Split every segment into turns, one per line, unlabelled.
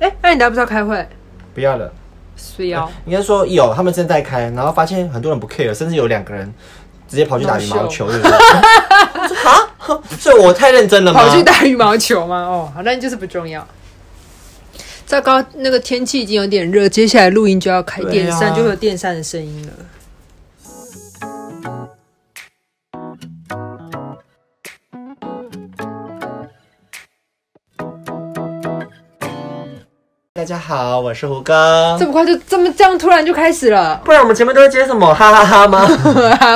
哎、那你等下不是要开会？
不要了。
是要
应该说有，他们正在开，然后发现很多人不 care，甚至有两个人直接跑去打羽毛球，对不对？我说哈，所以我太认真了吗？
跑去打羽毛球吗？哦，好，那你就是不重要。糟糕，那个天气已经有点热，接下来录音就要开
对啊嗯
电扇，就会有电扇的声音了。
大家好，我是胡歌
这。么快就这么这样，突然就开始了。
不然我们前面都会接什么哈哈哈吗？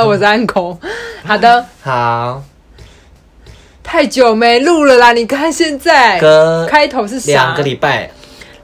我是安空。好的，
好，
太久没录了啦！你看现在
哥，
开头是啥？
两个礼拜，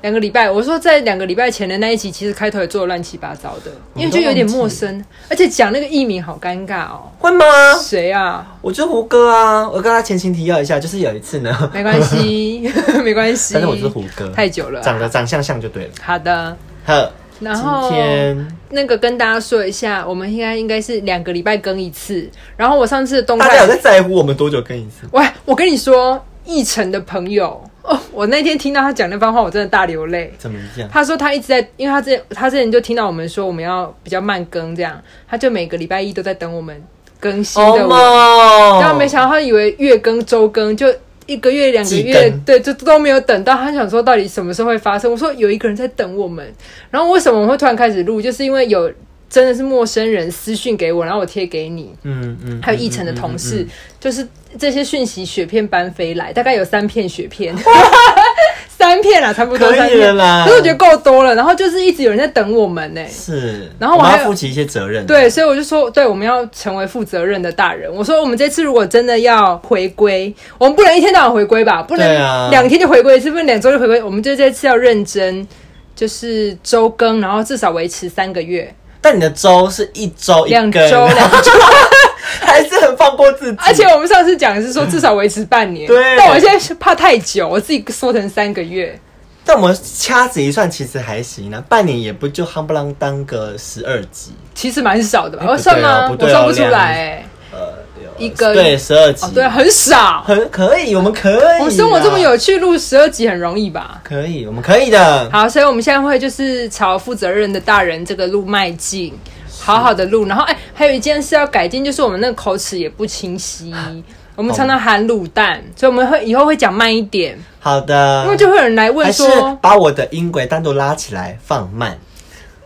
两个礼拜，我说在两个礼拜前的那一集，其实开头也做的乱七八糟的，
我
因为
们都
就有点
忘记
陌生，而且讲那个艺名好尴尬哦。
会吗？
谁啊？
我就是胡歌啊，我跟他前情提要一下，就是有一次呢，
没关 系，没关系。
反正我就是胡歌，
太久了啊、
长得长相像就对了。
好的，
呵，
然后
今天
那个跟大家说一下，我们应该应该是两个礼拜更一次。然后我上次的动
大家有
态，
在在乎我们多久更一次？
喂，我跟你说，奕晨的朋友哦，我那天听到他讲那番话，我真的大流泪。
怎么样？
他说他一直在，因为他之前他之前就听到我们说我们要比较慢更这样，他就每个礼拜一都在等我们更新的我，
哦
然后没想到他以为月更周更就。一个月、两个
季
月
更，
对，就都没有等到。他想说，到底什么时候会发生？我说有一个人在等我们。然后为什么我会突然开始录？就是因为有真的是陌生人私讯给我，然后我贴给你，
嗯嗯，
还有奕晨的同事，就是这些讯息雪片般飞来，大概有三片雪 片， 三片啦，差不多
可
三
以了
片。
啦。
可是我觉得够多了，然后就是一直有人在等我们呢、
是，
然后我
我们
还
要
有
负起一些责任。，
对，所以我就说，对，我们要成为负责任的大人。我说，我们这次如果真的要回归，我们不能一天到晚回归吧，不
对啊
能两天就回归一次，不能两周就回归。我们就这次要认真，就是周更，然后至少维持三个月，
但你的周是一周一
两
根，
周 两周。
还是很放过自己。
而且我们上次讲的是说至少维持半年，
对
但我现在是怕太久，我自己说成三个月。
但我们掐指一算，其实还行啊，半年也不就夯不啷当个十二集，
其实蛮少的吧？
哎
我
不
算
对哦
吗？
不
我
对哦
算不出
两
来、哎
呃，有
一个
对十二集，
哦，对，很少。
很可以，我们可以啊，
我们生活这么有趣，录十二集很容易吧？
可以，我们可以的。
好，所以我们现在会就是朝负责任的大人这个路迈进，好好的录。然后，哎、还有一件事要改进，就是我们那个口齿也不清晰，
啊
我们常常含卤蛋，所以我们会以后会讲慢一点，
好的，
因为就会有人来问
啊还是
说，
把我的音轨单独拉起来放慢。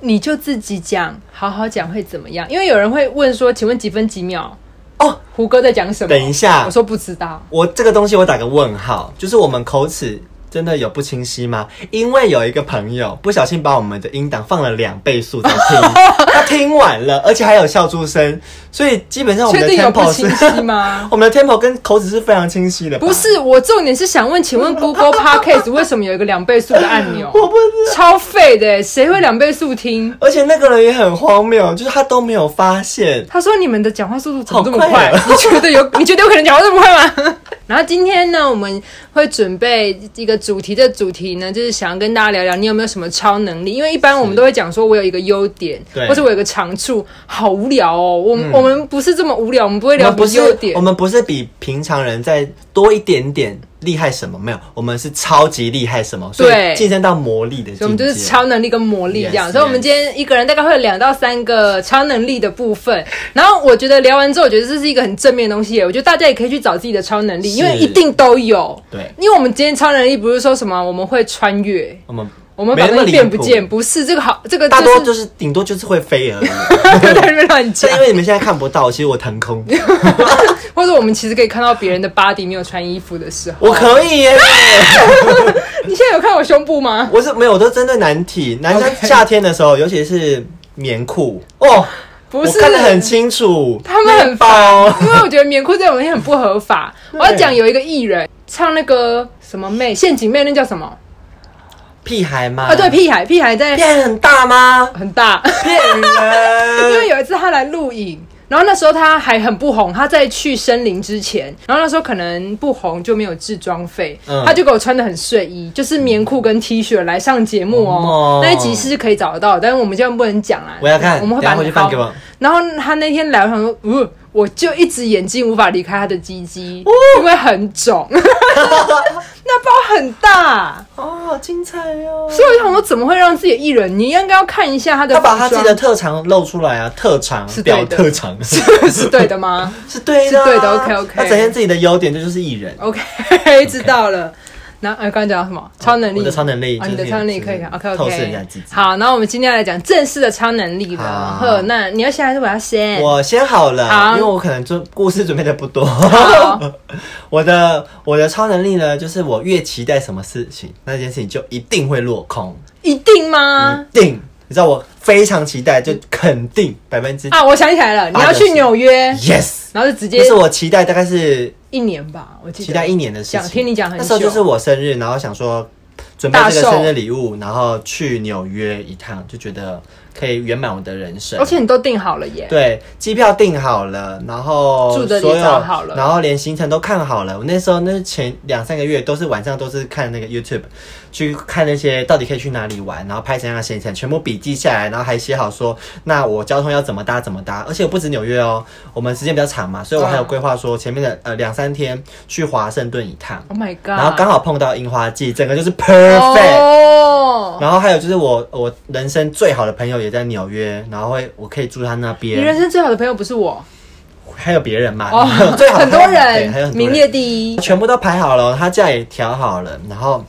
你就自己讲，好好讲会怎么样？因为有人会问说，请问几分几秒？
哦，
胡歌在讲什么？
等一下
我说不知道。
我这个东西我打个问号，就是我们口齿真的有不清晰吗？因为有一个朋友不小心把我们的音档放了两倍速 在听，他听完了，而且还有笑出声，所以基本上我们
确
的
定有
tempo
不
是
清晰吗？
我们的 tempo 跟口齿是非常清晰的吧，
不是，我重点是想问，请问 Google Podcast 为什么有一个两倍速的按 钮？
我不知道。
超废的，欸谁会两倍速听？
而且那个人也很荒谬，就是他都没有发现，
他说你们的讲话速度怎么这么
好快
快？
啊
你觉得有？你觉得有可能讲话这么快吗？ 然后今天呢，我们会准备一个主题的主题呢，就是想要跟大家聊聊你有没有什么超能力？因为一般我们都会讲说我有一个优点，
对嗯
或者我有一个长处，好无聊哦。我们、我们不是这么无聊，我们不会
我
聊
们不
优
是
点
我。们不是比平常人再多一点点厉害什么，没有，我们是超级厉害什么，所
对
以晋升到魔力的境界。
所以我们就是超能力跟魔力这样
Yes,
所以我们
yes
今天一个人大概会有两到三个超能力的部 分。然后我觉得聊完之后，我觉得这是一个很正面的东西耶。我觉得大家也可以去找自己的超能力，
是
因为一定都有。
对，
因为我们今天超能力不是说什么我们会穿越，
我们
我们把
没
东
那么
西
离
变不
谱
见，不是这个好，这个
大 多
就
就是是顶多就是会 飞而已。
在那边乱讲
是，因为你们现在看不到，其实我腾空，
或者我们其实可以看到别人的 body 没有穿衣服的时候。
我可以耶！
你现在有看我胸部吗？
我是没有，我都针对男体，男生
OK
夏天的时候，尤其是棉裤哦，
不
我
是，
看得很清楚，
他们很
包。
因为我觉得棉裤这种东西很不合法。我要讲有一个艺人唱那个什么妹陷阱妹，那叫什么
屁孩吗？
啊？对，屁孩，屁孩在
变很 大吗？
很大，
骗
因
人！
为有一次他来录影。然后那时候他还很不红，他在去森林之前，然后那时候可能不红就没有制装费，
嗯
他就给我穿的很睡衣，就是棉裤跟 T 恤来上节目哦。
哦
那一集是可以找得到的，但是我们现在不能讲啦。
我要看，
我们会
等一
把
下回
你
去翻给
好
我。
然后他那天来，我想说，呃，
哦
我就一直眼睛无法离开他的鸡鸡，因为很肿。那包很大，
哦，好精彩哦！
所以我就想说，怎么会让自己的艺人？你应该要看一下他的
他把
服
他自己
装
的特长露出来啊，特长
是对
表
的
特长
是 是对的吗
是对的啊，
是对的，OK，OK
他展现自己的优点，这就是艺人。
？OK，知 道了。那哎，刚刚讲到什么？超能力，
哦我的超能力
啊，你
就
的
是
超能力
就是
可以看，OK
透视一下
OK
自己。
好，那我们今天要来讲正式的超能力了。
好
呵，那你要先还是我要先？
我先好了，
好
因为我可能就故事准备的 不多。
好
我的我的超能力呢，就是我越期待什么事情，那件事情就一定会落空，
一定吗？
一定。你知道我非常期待，就肯定百分之
啊，我想起来了，你要去纽约，
yes。
然后就直接
就是我期待大概是
一年吧，我记得
期待一年的事
讲
情。
听你讲很
那
久，
时候就是我生日，然后想说准备
大
这个
寿
生日礼物，然后去纽约一趟，就觉得可以圆满我的人生
而。且你都订好了耶，
对，机票订好了，然后
住的地
所有
找好了
然后连行程都看好了。我那时候那前两三个月都是晚上都是看那个 YouTube，去看那些到底可以去哪里玩，然后拍怎样的行程，全部笔记下来，然后还写好说那我交通要怎么搭怎么搭。而且我不止纽约哦，我们时间比较长嘛，所以我还有
嗯
规划说前面的呃两三天去华盛顿一趟，
，Oh my god，
然后刚好碰到樱花季，整个就是 perfect。
哦，
然后还有就是我我人生最好的朋友也在纽约，然后会我可以住他那
你
边。
人生最好的朋友不是我
还有别人嘛？，
哦
啊最好的
很多
对还有
人
很多
名列第一，
全部都排好了，他假也调好了，然后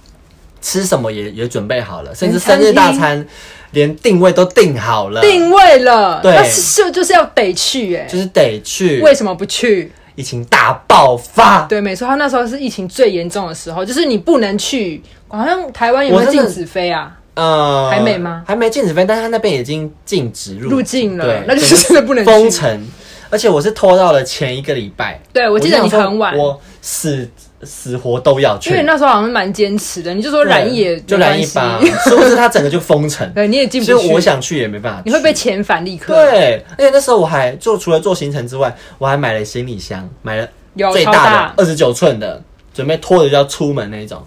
吃什么也也准备好了，甚至
连餐
生
厅
日大餐连定位都定好了，
定位了，
对
那是就就是要得去哎
就，是得去。
为什么不去？
疫情大爆发，
对，没错，他那时候是疫情最严重的时候，就是你不能去，好像台湾有
我
没有
真的
禁止飞啊？
呃，
还没吗
还没禁止飞，但是他那边已经禁止入
入境了
对，
那就是真的不能去
封城。而且我是拖到了前一个礼拜，
对我记得
就想
你
说
很晚
我死死活都要去，
因为你那时候好像蛮坚持的，你就说
对
染疫也
就
没
染疫
关系？
吧，是不是他整个就封城
对，你也进不去，
所以我想去也没办法去，
你会被遣返立刻。
对，而且那时候我还做除了做行程之外，我还买了行李箱，买了
有
最
超
大的二十九寸的，准备拖着就要出门那一种。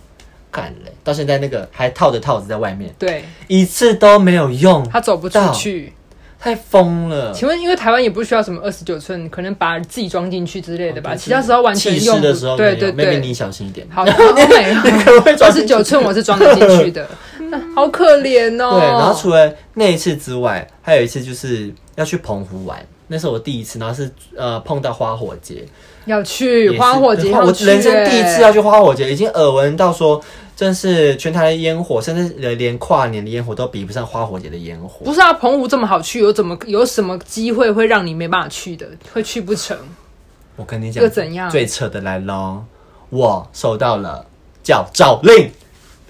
干嘞，到现在那个还套着套子在外面，
对
一次都没有用，
他走不出去。
太疯了。
请问，因为台湾也不需要什么二十九寸，可能把自己装进去之类的吧，
就是
其他时候完全
气
用
势
不
的时候没有，
对对
maybe
对
你，小心一点。
好，好美
你可能会
二
装
十
进去
九寸我是装得进去 的，那好可怜哦。
对，然后除了那一次之外，还有一次就是要去澎湖玩，那是我第一次，然后是呃碰到花火节，
要去
也是
花火节，
我
要去
人生第一次要
欸
去花火节，已经耳闻到说，真是全台的烟火，甚至连跨年的烟火都比不上花火节的烟火。
不是啊，澎湖这么好去，有怎么有什么机会会让你没办法去的，会去不成？
我跟你讲，
又怎样
最扯的来喽！我收到了叫诏令，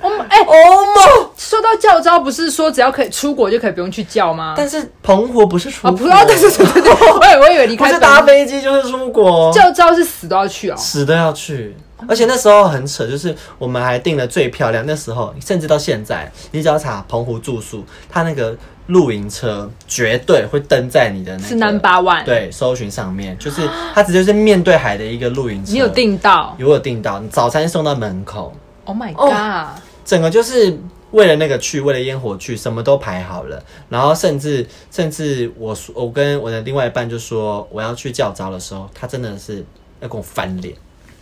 我们哎，
哦莫！
说到教招，不是说只要可以出国就可以不用去教吗？
但是澎湖不是出
啊，
国，
不要，对对对对对，我以我以为离
不
开
是
本
搭
土
飞机就是出国，
教招是死都要去哦。
死都要去。而且那时候很扯，就是我们还订了最漂亮，那时候甚至到现在，你只要查澎湖住宿，它那个露营车绝对会登在你的那个
是 number one，，
对，搜寻上面就是它直接是面对海的一个露营车。
你有？订到
有我有订到，你早餐送到门口，
？Oh my god！、
哦整个就是为了那个去，为了烟火去，什么都排好了。然后甚至甚至我说我跟我的另外一半就说我要去教招的时候，他真的是要跟我翻脸。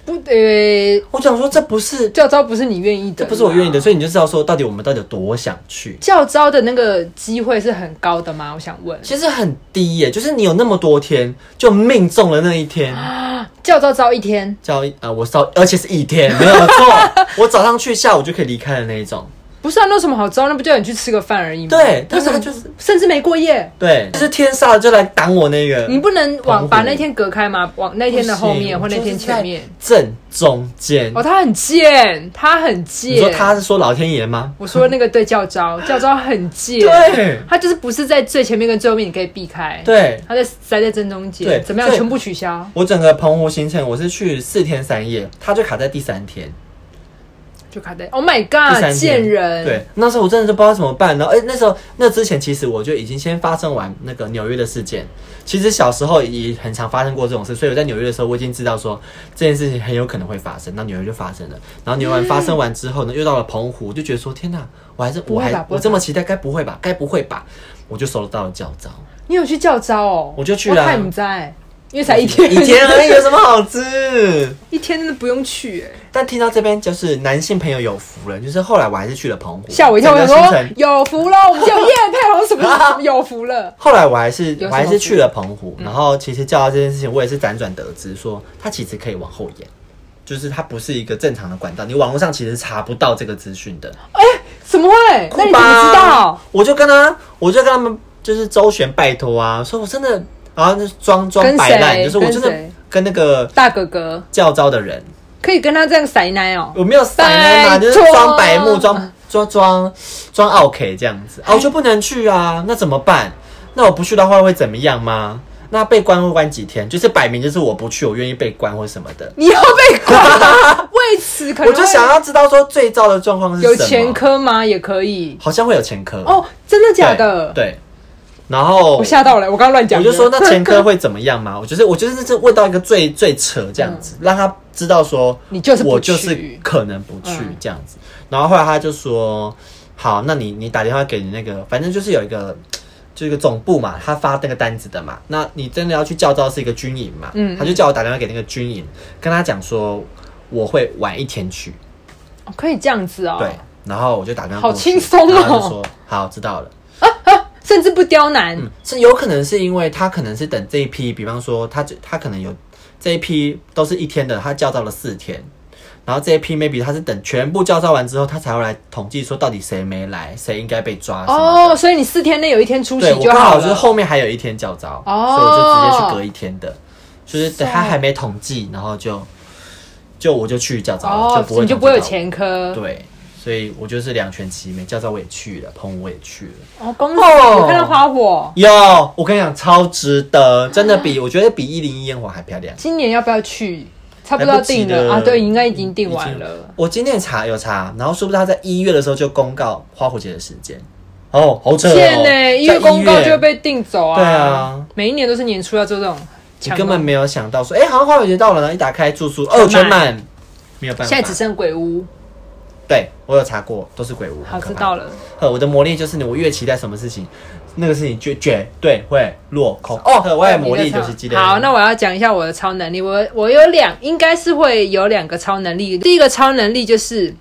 不，呃，
我想说这不是
教招不是你愿意的，
这不是我愿意的，
啊。
所以你就知道说到底我们到底有多想去。
教招的那个机会是很高的吗？我想问，
其实很低耶、就是你有那么多天，就命中了那一天。
啊教招招一天，
叫呃，我早，而且是一天，没有 错。我早上去，下午就可以离开的那一种。
不是啊，那有什么好招？那不就你去吃个饭而已吗？
对，
为
但是
什么
他就是
甚至没过夜，
对，就是天煞就来挡我那个。
你不能
澎湖
往把那天隔开吗？往那
那
天的后面或那天前面？
正中间。
哦，他很贱，他很
你说
贱。
他是说老天爷吗？
我说那个对教招，教招很贱，
对
他就是不是在最前面跟最后面，你可以避开。
对，
他在塞在正中
对
间，怎么样？
所以
全部取消？
我整个澎湖行程我是去四天三夜，他就卡在第三天。
就卡在 Oh my
第三
God，
天
贱人！
对，那时候我真的是不知道怎么办。然后，哎、那时候那之前其实我就已经先发生完那个纽约的事件。其实小时候也很常发生过这种事，所以我在纽约的时候，我已经知道说这件事情很有可能会发生。那纽约就发生了，然后纽约完发生完之后呢，又到了澎湖，就觉得说天哪，我还是
嗯不
我
会吧
还
不会吧
我这么期待，该不会吧？该不会吧？我就收到了教招，
你有去教招哦？
我就去了啊
我看你在，因为才 一天，
一天而已，有什么好吃？
一天真的不用去、欸，
但听到这边就是男性朋友有福了，就是后来我还是去了澎湖，
吓我一跳，我
整
想
个行
说
程
有福 了，我们就有叶配，我什么什么有福了，
后来我还是
有什么嗯
我还是去了澎湖，然后其实叫到这件事情，我也是辗转得知说，它其实可以往后延，就是它不是一个正常的管道，你网络上其实查不到这个资讯的。
怎么会？那你怎么知道？？
我就跟他，我就跟他们就是周旋拜托啊，说我真的，然后就是装装
跟
摆烂，
谁
就是我真的
跟谁
跟那个
大哥哥
教招的人，
可以跟他这样塞奶 哦、
我没有塞奶嘛，
拜托
就是装白目，装装装装 OK 这样
哎
子，啊，我就不能去啊，那怎么办？那我不去的话会怎么样吗？那被关会关几天？就是摆明就是我不去，我愿意被关或什么的。
你要被关 了，为此可
我
能
就想
会
要知道说最糟的状况是
有
什么
前，科吗？也可以
好像会有前科，
哦，真的
对
假的？
对。然后
我吓到了，我刚刚乱讲
我
的，
就说那前科会怎么 样嘛？我就是我就是这问到一个最最扯这样子，让他知道说
嗯你就是不
我就是
去
可能不去
嗯
这样子。然后后来他就说，好，那你你打电话给你那个，反正就是有一个。就一个总部嘛，他发那个单子的嘛。那你真的要去教招是一个军营嘛？
嗯
他就叫我打电话给那个军营，跟他讲说我会晚一天去。
哦可以这样子哦，
对，然后我就打电话
好
过去
轻松哦
然后他就说好，知道了。
甚至不刁难，
嗯，是有可能是因为他可能是等这一批，比方说他只他可能有这一批都是一天的，他叫到了四天，然后这一批 maybe 他是等全部叫到完之后，他才会来统计说到底谁没来，谁应该被抓什么的。
哦，所以你四天内有一天出
对，
席
我
就
刚好
好
就是
了。
后面还有一天叫招，
哦
所以我就直接去隔一天的，就是等他
是啊
还没统计，然后就就我就去叫招了，
哦
就不，会
你就
统
不会
计
有
到我。
前科。
对，所以我就是两全其美，叫招我也去了，澎湖我也去了。
哦，恭喜！
哦
有看到花火，
有，我跟你讲，超值得，真的比我觉得比一零一烟火还漂亮。
今年要不要去？差不多
来
要
不及
定了啊，对，应该已经定
已
完
经
了。
我今天查有查，然后说不定他在一月的时候就公告花火节的时间。哦，好扯哦！
现呢，一
在
月公告
1
就会被定走啊。
对啊，
每一年都是年初要做这种
你
抢购，
根本没有想到说，哎、好像花火节到了，然后一打开住宿哦，全
全满
满，没有办法。
现在只剩鬼屋。
对我有查过，都是鬼屋，
好，
很可
知
怕
道。了。
呵，我的魔力就是你，我越期待什么事情，那个事情绝绝对会落空。哦，呵我的魔力就是记得。
好，那我要讲一下我的超能力。我我有两，应该是会有两个超能力。第一个超能力就是，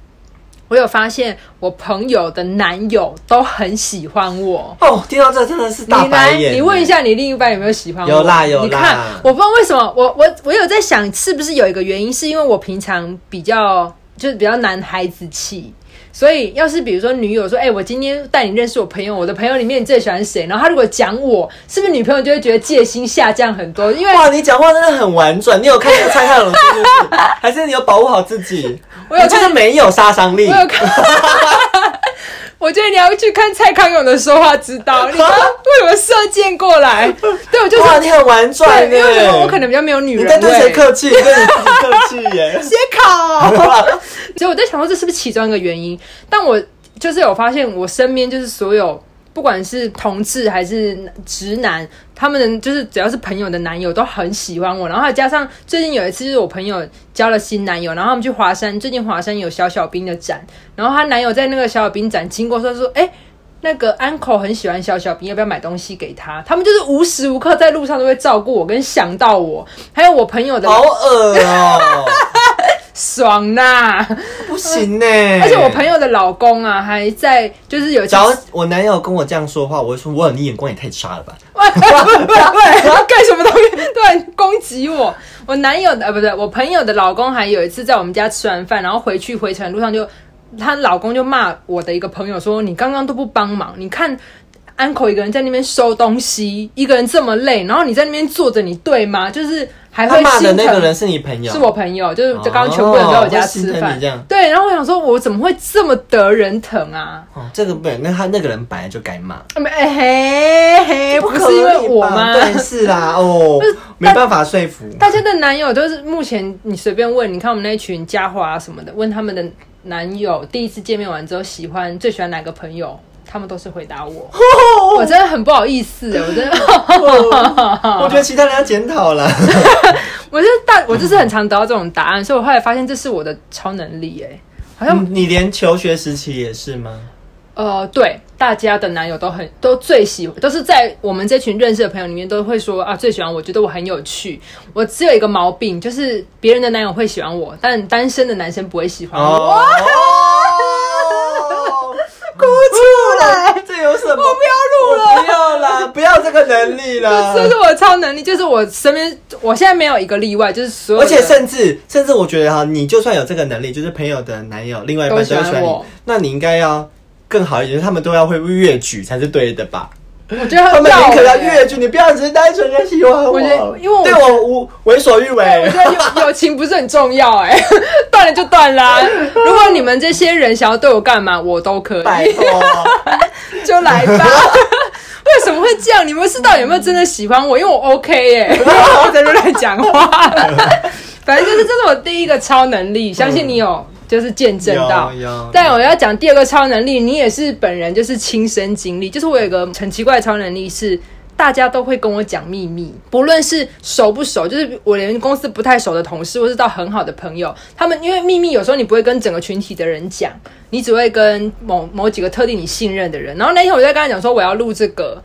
我有发现我朋友的男友都很喜欢我。
哦，听到这真的是大
你
白
来，
眼。
你问一，下你另一半有没有喜欢我？
有啦有啦
你看，我不知道为什么，我我我有在想，是不是有一个原因，是因为我平常比较就是比较男孩子气。所以，要是比如说女友说：“哎、我今天带你认识我朋友，我的朋友里面你最喜欢谁？”然后他如果讲我，是不是女朋友就会觉得戒心下降很多？因为
哇，你讲话真的很婉转。你有看那个蔡康永是不是？还是你有保护好自己？
我有
你就是没有杀伤力
我。有看，我觉得你要去看蔡康永的说话之道，你刚刚为什么射箭过来？对，我就是
哇，你很婉
对，
转
因为我觉
耶。
得我可能比较没有女
你
人
在对谁
味。。
客气？你对你自己客气 耶
写考，所以我在想说这是不是其中一个原因？但我就是有发现，我身边就是所有不管是同志还是直男，他们就是只要是朋友的男友都很喜欢我。然后还加上最近有一次，就是我朋友交了新男友，然后他们去华山，最近华山有小小兵的展，然后她男友在那个小小兵展经过，说说哎。那个 uncle 很喜欢小小兵，要不要买东西给他？他们就是无时无刻在路上都会照顾我，跟想到我，还有我朋友的
好恶哦、
爽呐、
不行呢、
而且我朋友的老公啊，还在就是有
假如 我男友跟我这样说话，我会说：“哇，你眼光也太差了吧
喂喂喂，要干什么东西？突然攻击我！我男友的呃，不对，我朋友的老公还有一次在我们家吃完饭，然后回去回程路上就，她老公就骂我的一个朋友说：“你刚刚都不帮忙，你看。” uncle 一个人在那边收东西，一个人这么累，然后你在那边坐着，你对吗？就是！”还会
他骂的
心
那个
疼
人是你朋友，
是我朋友，就是
哦
刚刚全部人在我家
会
吃
心疼
饭
你这样，
对，然后我想说，我怎么会这么得人疼啊？
哦，这个不，那他那个人本来就该骂，
啊没哎嘿嘿，不是因为我吗？
对，是啦，哦，没办法说服。
大家的男友都是目前你随便问，你看我们那群家华啊什么的，问他们的男友第一次见面完之后喜欢最喜欢哪个朋友，他们都是回答我，
哦
我真的很不好意思，我哦真的，
我觉得其他人要检讨了。
我就是大，我就是很常得到这种答案，所以我 后来发现这是我的超能力哎、好像
你你连求学时期也是吗？
呃，对，大家的男友都很都最喜欢，都是在我们这群认识的朋友里面都会说啊，最喜欢我，觉得我很有趣。我只有一个毛病，就是别人的男友会喜欢我，但单身的男生不会喜欢我。
哦，
哭出来，
这有什么？我
不要录了
不要 啦，不要这个能力啦。
这是我的超能力，就是我身边我现在没有一个例外，就是所有
而
的，
且甚至甚至，我觉得哈，你就算有这个能力，就是朋友的男友，另外一半都会喜
都
欢
喜欢
你
我，
那你应该要更好一点，他们都要会越举才是对的 吧？
我觉得
他
很
们宁可要
绕欸
越举，你不要只是单纯的喜欢我，
我觉得因为我
对我无为所欲
我
为
觉。 得友友情不是很重要哎、 断了就断啦、如果你们这些人想要对我干嘛，我都可
拜
以，
托，
就来 吧。为什么会这样？你们是到底有没有真的喜欢我？因为我 OK 耶、 我在这乱讲话。反正就是这是我第一个超能力，相信你有就是见证到
嗯有有。
但我要讲第二个超能力，你也是本人就是亲身经历，就是我有一个很奇怪的超能力是。大家都会跟我讲秘密，不论是熟不熟，就是我连公司不太熟的同事，或是到很好的朋友，他们因为秘密有时候你不会跟整个群体的人讲，你只会跟某某几个特定你信任的人。然后那天我就在跟他讲说我要录这个，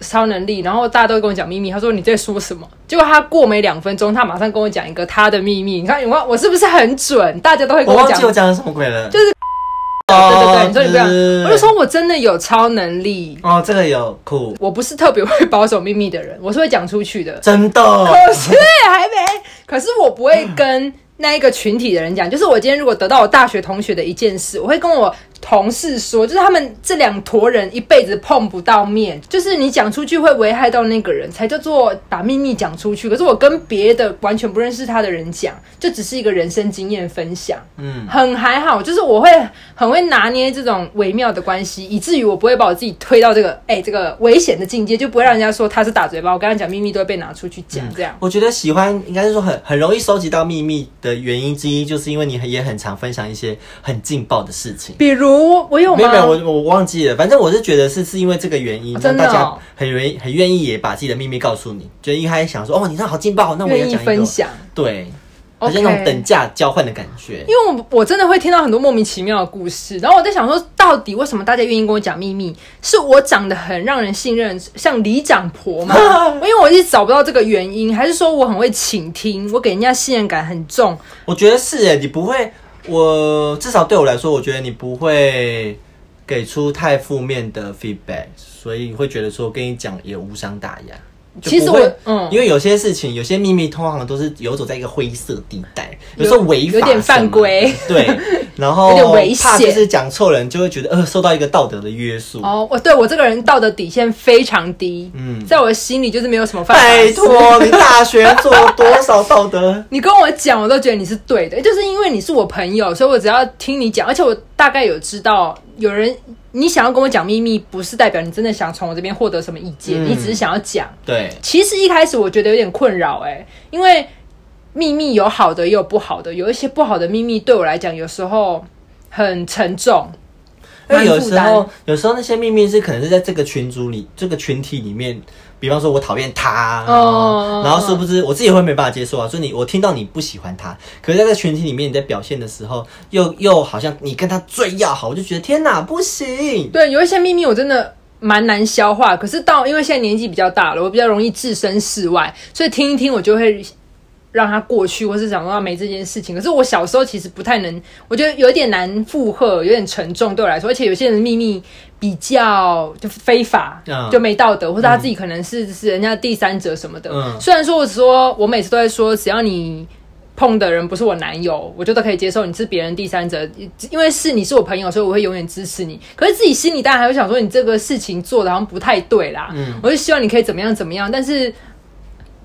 超能力，然后大家都跟我讲秘密。他说你在说什么？结果他过没两分钟，他马上跟我讲一个他的秘密。你看我我是不是很准？大家都会跟
我
我
忘
讲
记。我讲的什么鬼了。
就是
哦，
对对对，你说你不
对
要，我就说我真的有超能力，
哦，这个有酷，
我不是特别会保守秘密的人，我是会讲出去的。
真的。
可是还没，可是我不会跟那一个群体的人讲，就是我今天如果得到我大学同学的一件事，我会跟我同事说，就是他们这两坨人一辈子碰不到面，就是你讲出去会危害到那个人，才叫做把秘密讲出去。可是我跟别的完全不认识他的人讲，就只是一个人生经验分享，
嗯，
很还好，就是我会很会拿捏这种微妙的关系，以至于我不会把我自己推到这个哎、这个危险的境界，就不会让人家说他是打嘴巴，我跟他讲秘密都会被拿出去讲这样。
我觉得喜欢应该是说很很容易收集到秘密的原因之一，就是因为你很也很常分享一些很劲爆的事情。
比如我有
没
吗？
有没有，我我忘记了，反正我是觉得是是因为这个原因，
哦真
让
的
大
哦
家很愿意很愿意也把自己的秘密告诉你，就因为他想说哦，你这样好劲爆，那我也
愿
要
意
讲一个
分，享，
对，好
OK
像那种等价交换的感觉。
因为我我真的会听到很多莫名其妙的故事，然后我在想说，到底为什么大家愿意跟我讲秘密？是我长得很让人信任，像里长婆 吗？因为我一直找不到这个原因，还是说我很会倾听，我给人家信任感很重？
我觉得是欸诶，你不会，我至少对我来说，我觉得你不会给出太负面的 feedback，所以会觉得说跟你讲也无伤大雅。就
其实
不会
我嗯
因为有些事情，有些秘密通常都是游走在一个灰色地带，有时候违法
有点犯
什么的
规，
对，然后
有点危险
怕就是讲错人就会觉得呃受到一个道德的约束。
哦，我对我这个人道德底线非常低，
嗯
在我心里就是没有什么犯法的
拜
事？
托，你大学做多少道德
你跟我讲，我都觉得你是对的，就是因为你是我朋友，所以我只要听你讲，而且我大概有知道有人你想要跟我讲秘密，不是代表你真的想从我这边获得什么意见，
嗯
你只是想要讲。
对，
其实一开始我觉得有点困扰，哎，因为秘密有好的也有不好的，有一些不好的秘密对我来讲有时候很沉重，
因为
蛮
哎有
负
时
担
候，有时候那些秘密是可能是在这个群组里、这个群体里面，比方说我讨厌他，
哦
然后殊不知我自己会没办法接受啊。所以你我听到你不喜欢他，可是在这个群体里面你在表现的时候，又又好像你跟他最要好，我就觉得天哪，不行。
对，有一些秘密我真的蛮难消化，可是到因为现在年纪比较大了，我比较容易置身事外，所以听一听我就会让它过去，或是想到没这件事情。可是我小时候其实不太能，我觉得有点难负荷，有点沉重对我来说，而且有些人的秘密。比较就非法，
嗯
就没道德，或者他自己可能是是人家的第三者什么的。
嗯
虽然说我说我每次都在说，只要你碰的人不是我男友，我就都可以接受你是别人第三者，因为是你是我朋友，所以我会永远支持你。可是自己心里当然还会想说，你这个事情做的好像不太对啦，
嗯
我就希望你可以怎么样怎么样，但是。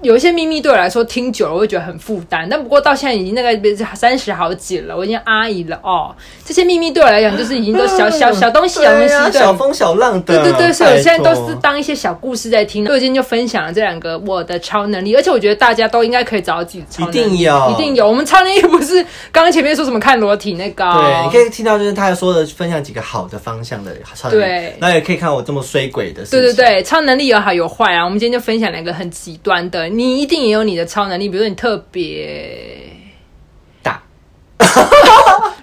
有一些秘密对我来说听久了我会觉得很负担，但不过到现在已经大概三十好几了，我已经阿姨了哦。这些秘密对我来讲就是已经都小小小东西，小东
哎对
西，
啊
对
小风小浪的，哎
对对对，所以我
拜
现在都
托
是当一些小故事在听。所以我今天就分享了这两个我的超能力，而且我觉得大家都应该可以找到自己的超能力，
一定有
一定有。我们超能力不是刚刚前面说什么看裸体那个哦、
对，你可以听到就是他说的分享几个好的方向的超能力
对
然后也可以看我这么衰鬼的事情。
对对对，超能力有好有坏啊。我们今天就分享两个很极端的，你一定也有你的超能力，比如说你特别，
大。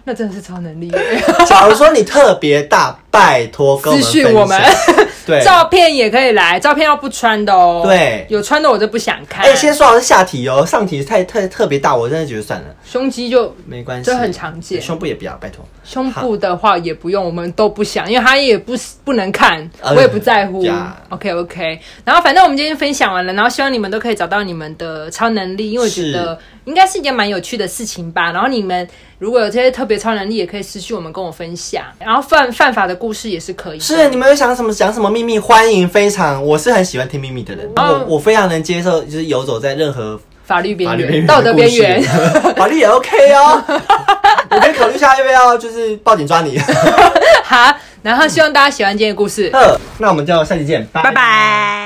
那真的是超能力。
假如说你特别大，拜托跟我们
私讯我们
分享 对，
照片也可以来，照片要不穿的哦。
对
有穿的我就不想看。
哎、先说好是下体哦，上体太特特别大，我真的觉得算了，
胸肌就
没关系，
这很常见
胸部也不要，拜托。
胸部的话也不用，我们都不想，因为他也不不能看，
呃
我也不在乎
呀。
OK OK，然后反正我们今天分享完了，然后希望你们都可以找到你们的超能力，因为我觉
是
得应该是一件蛮有趣的事情吧。然后你们如果有这些特别超能力，也可以私信我们跟我分享。然后犯犯法的故事也是可以的，
是你们有想什么讲什么秘密？欢迎，非常，我是很喜欢听秘密的人，
哦
我我非常能接受，就是游走在任何
法律边
法律边
缘、
缘、
道德边缘。，
法律也 OK 哦。我可以考虑一下要不要就是报警抓你。
好，然后希望大家喜欢今天的故事，
呃那我们就下期见，
拜拜。